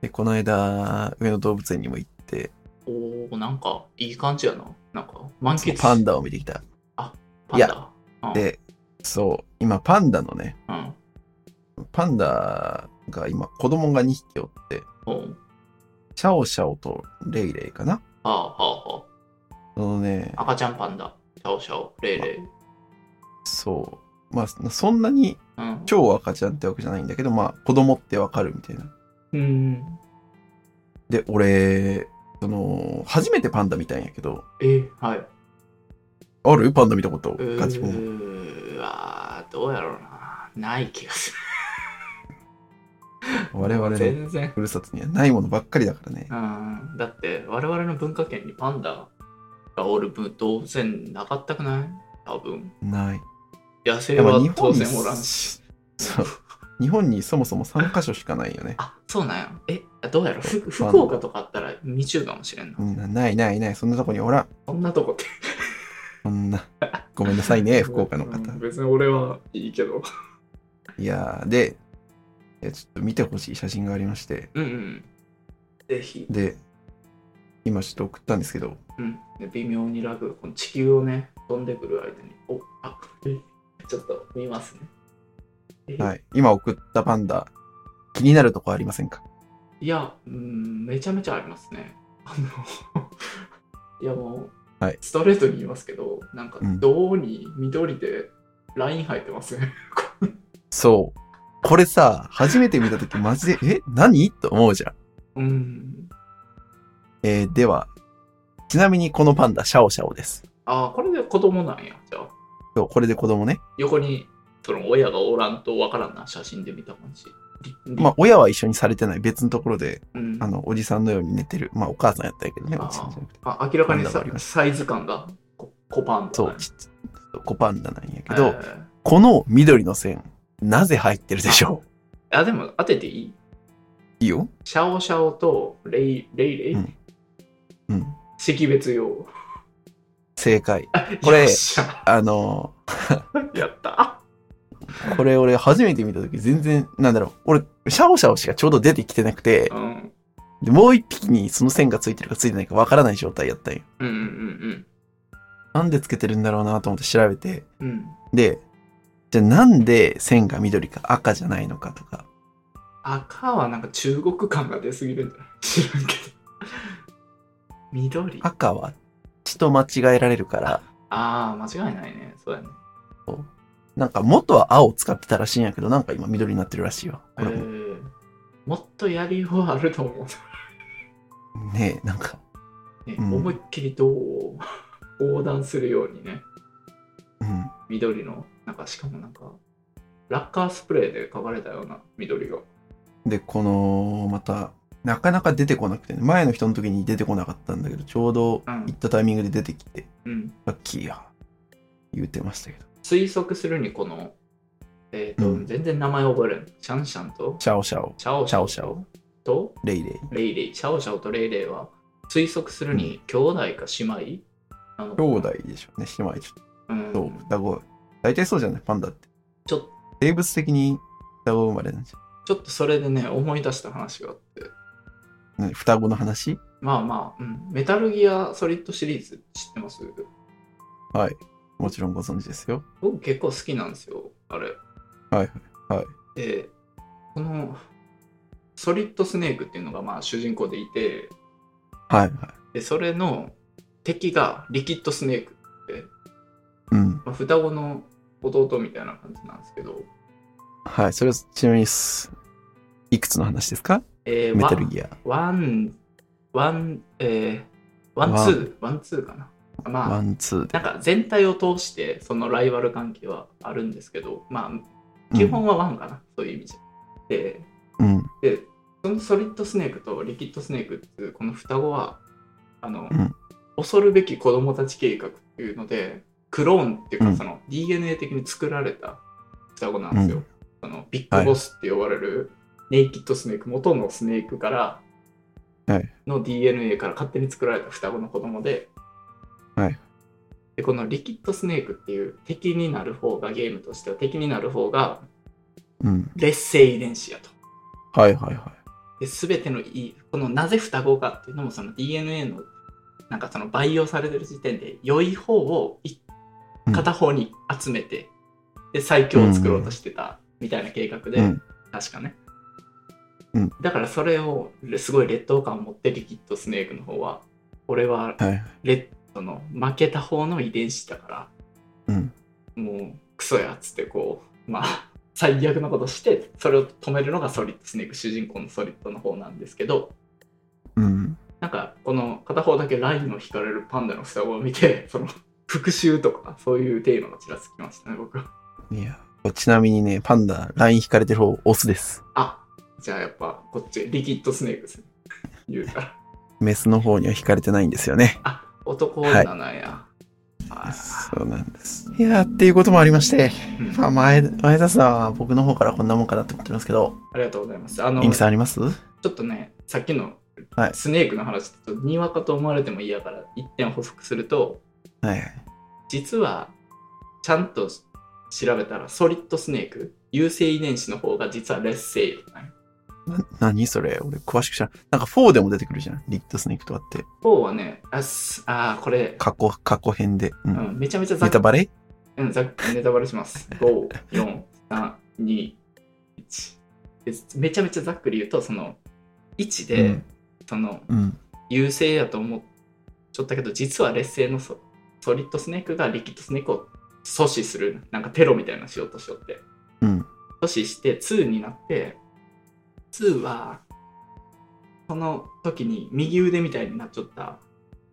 で、この間、上野動物園にも行って、おおなんかいい感じやな。なんか満喫。パンダを見てきた。パンいやダ。で、そう、今パンダのね、うん。パンダが今子供が2匹おって、おうシャオシャオとレイレイかなはあはあはそのね、あ。赤ちゃんパンダ。シャオシャオ。レイレイ。そう、まあそんなにうん。超赤ちゃんってわけじゃないんだけど、まあ子供ってわかるみたいな。うん。で、俺、その、初めてパンダ見たんやけど、えー、はい。あるパンダ見たことう。ガチもん。ーわーどうやろうな。ない気がする。我々の全然。ふるさとにはないものばっかりだからねう。ん。だって我々の文化圏にパンダがおる分当然なかったくない多分。ない。野生やっぱは日本当に然おらんし。そう日本にそもそも3カ所しかないよね。あ、そうなんや。え、どうやろふパンダ福岡とかあったら未中かもしれんなう。ん、ないないない、そんなとこにおらん。そんなとこって。そんな。ごめんなさい ね、福岡の方。うん別に俺はいいけど。いやー、で、いやちょっと見てほしい写真がありまして、うんうん。ぜひ。で、今ちょっと送ったんですけど、うん。で微妙にラグ。この地球をね、飛んでくる間に。お、あ、えちょっと見ますね。えはい、今送ったパンダ、気になるとこありませんかいや、うん、めちゃめちゃありますね。あの、 いやもう、はいストレートに言いますけど、なんかうん、銅に緑でライン入ってますね。そう。これさ、初めて見たときマジで、え、何と思うじゃん。うん。えーでは、ちなみにこのパンダ、シャオシャオです。ああ、これで子供なんや、じゃあ。そう、これで子供ね。横にその親がおらんとわからんな写真で見た感じ。りりまあ、親は一緒にされてない別のところで、うんあの、おじさんのように寝てる。まあ、お母さんやったんやけどね、おじさんじゃなくて。あ明らかにパンダがさありますサイズ感がこ小パンダそう、ちっちゃい子パンダなんやけど、えーこの緑の線、なぜ入ってるでしょあでも当てていいう いいよ。シャオシャオとレイレイレイ、うんうん。識別用正解。これよっしゃあの、やったこれ俺初めて見た時全然、なんだろう。俺、シャオシャオしかちょうど出てきてなくてう、んでもう一匹にその線がついてるかついてないかわからない状態やったんよ。うんうんなんでつけてるんだろうなと思って調べて、うんうんで、じゃあなんで線が緑か赤じゃないのかとか、赤はなんか中国感が出すぎるんじゃない知らんけど緑あ赤は血と間違えられるから、あー間違いないねそうやねなんか元は青を使ってたらしいんやけど、なんか今緑になってるらしいよ。えこれもーもっとやりようあると思うねえ、なんか、ねうん思いっきり銅を横断するようにねうん。緑のなんかしかもなんかラッカースプレーで描かれたような緑がでこのまたなかなか出てこなくて、ね、前の人の時に出てこなかったんだけどちょうどうん行ったタイミングで出てきて、うんラッキーや言うてましたけど推測するにこのえっ、と、うん全然名前覚えれんシャンシャンとシャオシャオシャオシャオシャオとレイレイレイレイシャオシャオとレイレイは推測するに兄弟か姉妹なのか兄弟でしょうね姉妹ちょっうんと双子大体そうじゃないパンダってちょ生物的に双子生まれなんじちょっとそれでね思い出した話があってゃんね双子の話まあまあ、うん、メタルギアソリッドシリーズ知ってますはいもちろんご存知ですよ僕結構好きなんですよあれはいはいでこのソリッドスネークっていうのがまあ主人公でいてはいはいでそれの敵がリキッドスネークって、うんまあ、双子の弟みたいな感じなんですけど、はいそれはちなみにすいくつの話ですかえーメタルギアワンワンワンえーワンツーワンツーかなまワあンツーでなんか全体を通してそのライバル関係はあるんですけどまあうん基本はワンかな、そういう意味じゃでうんでそのソリッドスネークとリキッドスネークっていうこの双子はあの、うん恐るべき子供たち計画っていうのでクローンっていううかんその DNA 的に作られた双子なんですよ、そのビッグボスって呼ばれるネイキッドスネーク元のスネークからはいの DNA から勝手に作られた双子の子供で、はいでこのリキッドスネークっていう敵になる方がゲームとしては敵になる方がうん劣勢遺伝子やとはいはいはいで全てのいこのなぜ双子かっていうのもその DNA のなんかその培養されてる時点で良い方をいうん片方に集めて、で最強を作ろうとしてたみたいな計画で、うん確かね、うんだからそれをすごい劣等感を持ってリキッドスネークの方は俺ははい。レッドの負けた方の遺伝子だからうん。もうクソやっつってこうまあ最悪のことしてそれを止めるのがソリッドスネーク主人公のソリッドの方なんですけどうん。なんかこの片方だけラインを引かれるパンダの双子を見て その復讐とかそういうテーマがちらつきましたね僕はいや、ちなみにね、パンダ、ライン引かれてる方、オスです。あじゃあやっぱこっちリキッドスネークですね言うからメスの方には引かれてないんですよね。あ男女なんや、あそうなんです。いやー、っていうこともありまして、うんまあ、前、前田さんは僕の方からこんなもんかなって思ってますけど、ありがとうございますあのインキさんありますちょっとね、さっきのはいスネークの話、ちょっとにわかと思われても嫌から、一点補足すると、はい。実は、ちゃんと調べたら、ソリッドスネーク、有性遺伝子の方が実は劣勢よ、ね。な何それ俺詳しく知らん。なんか4でも出てくるじゃん。リッドスネークとかって。方はね、あ、すあーこれ、過去、過去編で。う。うんん、めちゃめちゃざネタっバレうんざっネタバレします。5、4、3、2、1。でめちゃめちゃざっくり言うと、その、1で、うんその、うん。優勢やと思っちょったけど実は劣勢のソソリッドスネークがリキッドスネークを阻止するなんかテロみたいなのしようとしよってうん。阻止して2になって2はその時に右腕みたいになっちゃった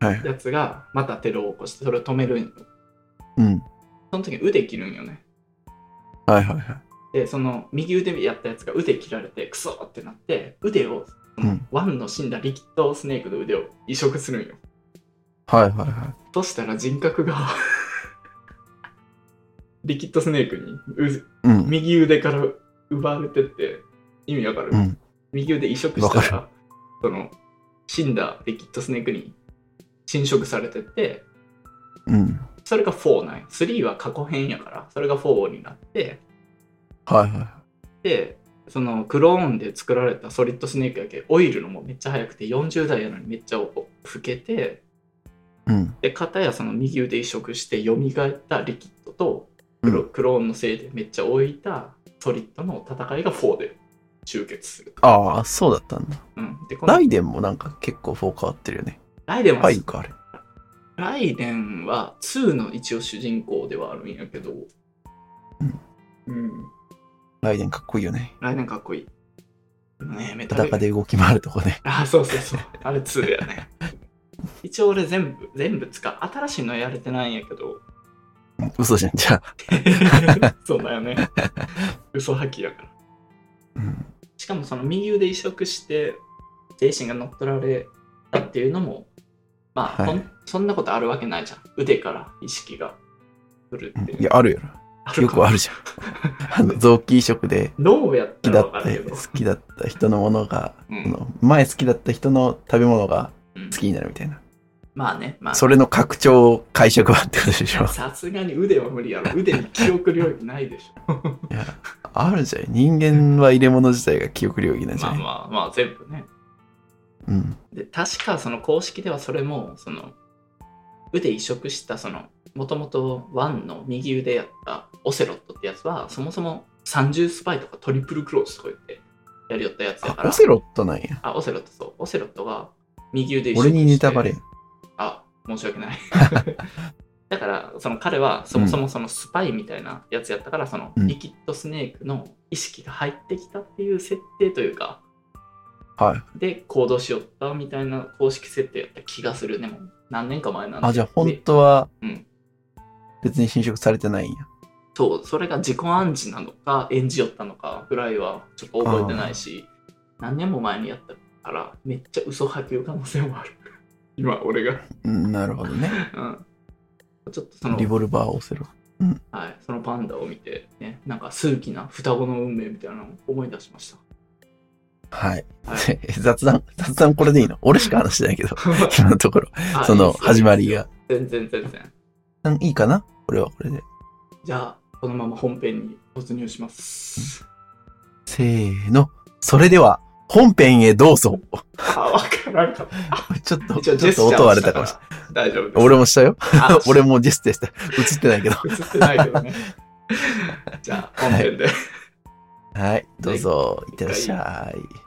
はい。やつがまたテロを起こしてそれを止めるんようん。その時に腕切るんよねはいはいはい。でその右腕やったやつが腕切られてクソってなって腕をうん。ワンの死んだリキッドスネークの腕を移植するんよはいはいはとしたら人格がリキッドスネークにうい。うん。右腕から奪われてって意味わかる、うん右腕移植したらその死んだリキッドスネークに侵食されてってうん。それが4なんや3は過去編やからそれが4になってはいはい。でそのクローンで作られたソリッドスネークやけオイルのもめっちゃ速くて40代やのにめっちゃ老けてうん。で片やその右腕移植して蘇ったリキッドとクロ,、うクローンのせいでめっちゃ置いたソリッドの戦いが4で終結する。ああ、そうだったんだ。うん、でこのライデンもなんか結構4変わってるよね。ライデンは、はいか、あれ。ライデンは2の一応主人公ではあるんやけど、んうん、ライデンかっこいいよね。ライデンかっこいい。でもね、メタル裸で動き回るとこね。あ、そうそうそう。あれ2やね。一応俺全部、全部使う。新しいのやれてないんやけ ど、うん嘘じゃん、じゃあ。そうだよね。嘘吐きやから。うん。しかもその右腕移植して精神が乗っ取られたっていうのもまあ、はいほんそんなことあるわけないじゃん腕から意識が来るうっんていういや、あるよな。るよかくあるじ ゃん。あの、臓器移植で脳やっ好たきだら分かった、るけど好きだった人のものが、うんその前好きだった人の食べ物がうん好きになるみたいな。まあねまあそれの拡張を解釈版ってことでしょ。さすがに腕は無理 やろ腕に記憶領域ないでしょいや、あるじゃん。人間は入れ物自体が記憶領域なんじゃまあない、まあまあ全部ねうん。で確かその公式ではそれもその腕移植したそのもともとワンの右腕やったオセロットってやつはそもそも30スパイとかトリプルクロスとか言ってやりよったやつやかあ、らオセロットなんや。あオセロットそうオセロットが右腕移植俺にネタバレ。あ申し 訳ないだからその彼はそもそもそのスパイみたいなやつやったから、そのうんリキッドスネークの意識が入ってきたっていう設定というか、はい。で行動しよったみたいな公式設定やった気がするねもう何年か前なんであ、じゃあ本当はうん、別に侵食されてないんや。そうそれが自己暗示なのか演じよったのかぐらいはちょっと覚えてないし何年も前にやったからめっちゃ嘘吐きる可能性もある 今俺が、うん、なるほどね。 うん、ちょっとそのリボルバーオセロ。はい、そのパンダを見て、ね、なんか数奇な双子の運命みたいなのを思い出しましたはい。は雑談、雑談これでいいの俺しか話してないけど、 今のところ。あそいいのっすよ始まりが。全然全然うんいいかなこれはこれで。じゃあこのまま本編に突入しますせーの。それでは、本編へどうぞ。あ、わからんかっ ちょっと、た。ちょっと音割れたかもしれ大丈夫です。ない。俺もしたよ。あ、俺もジェスでした。映ってないけど。映ってないけどね。じゃあ、本編で。はい、どうぞ、いってらっしゃい。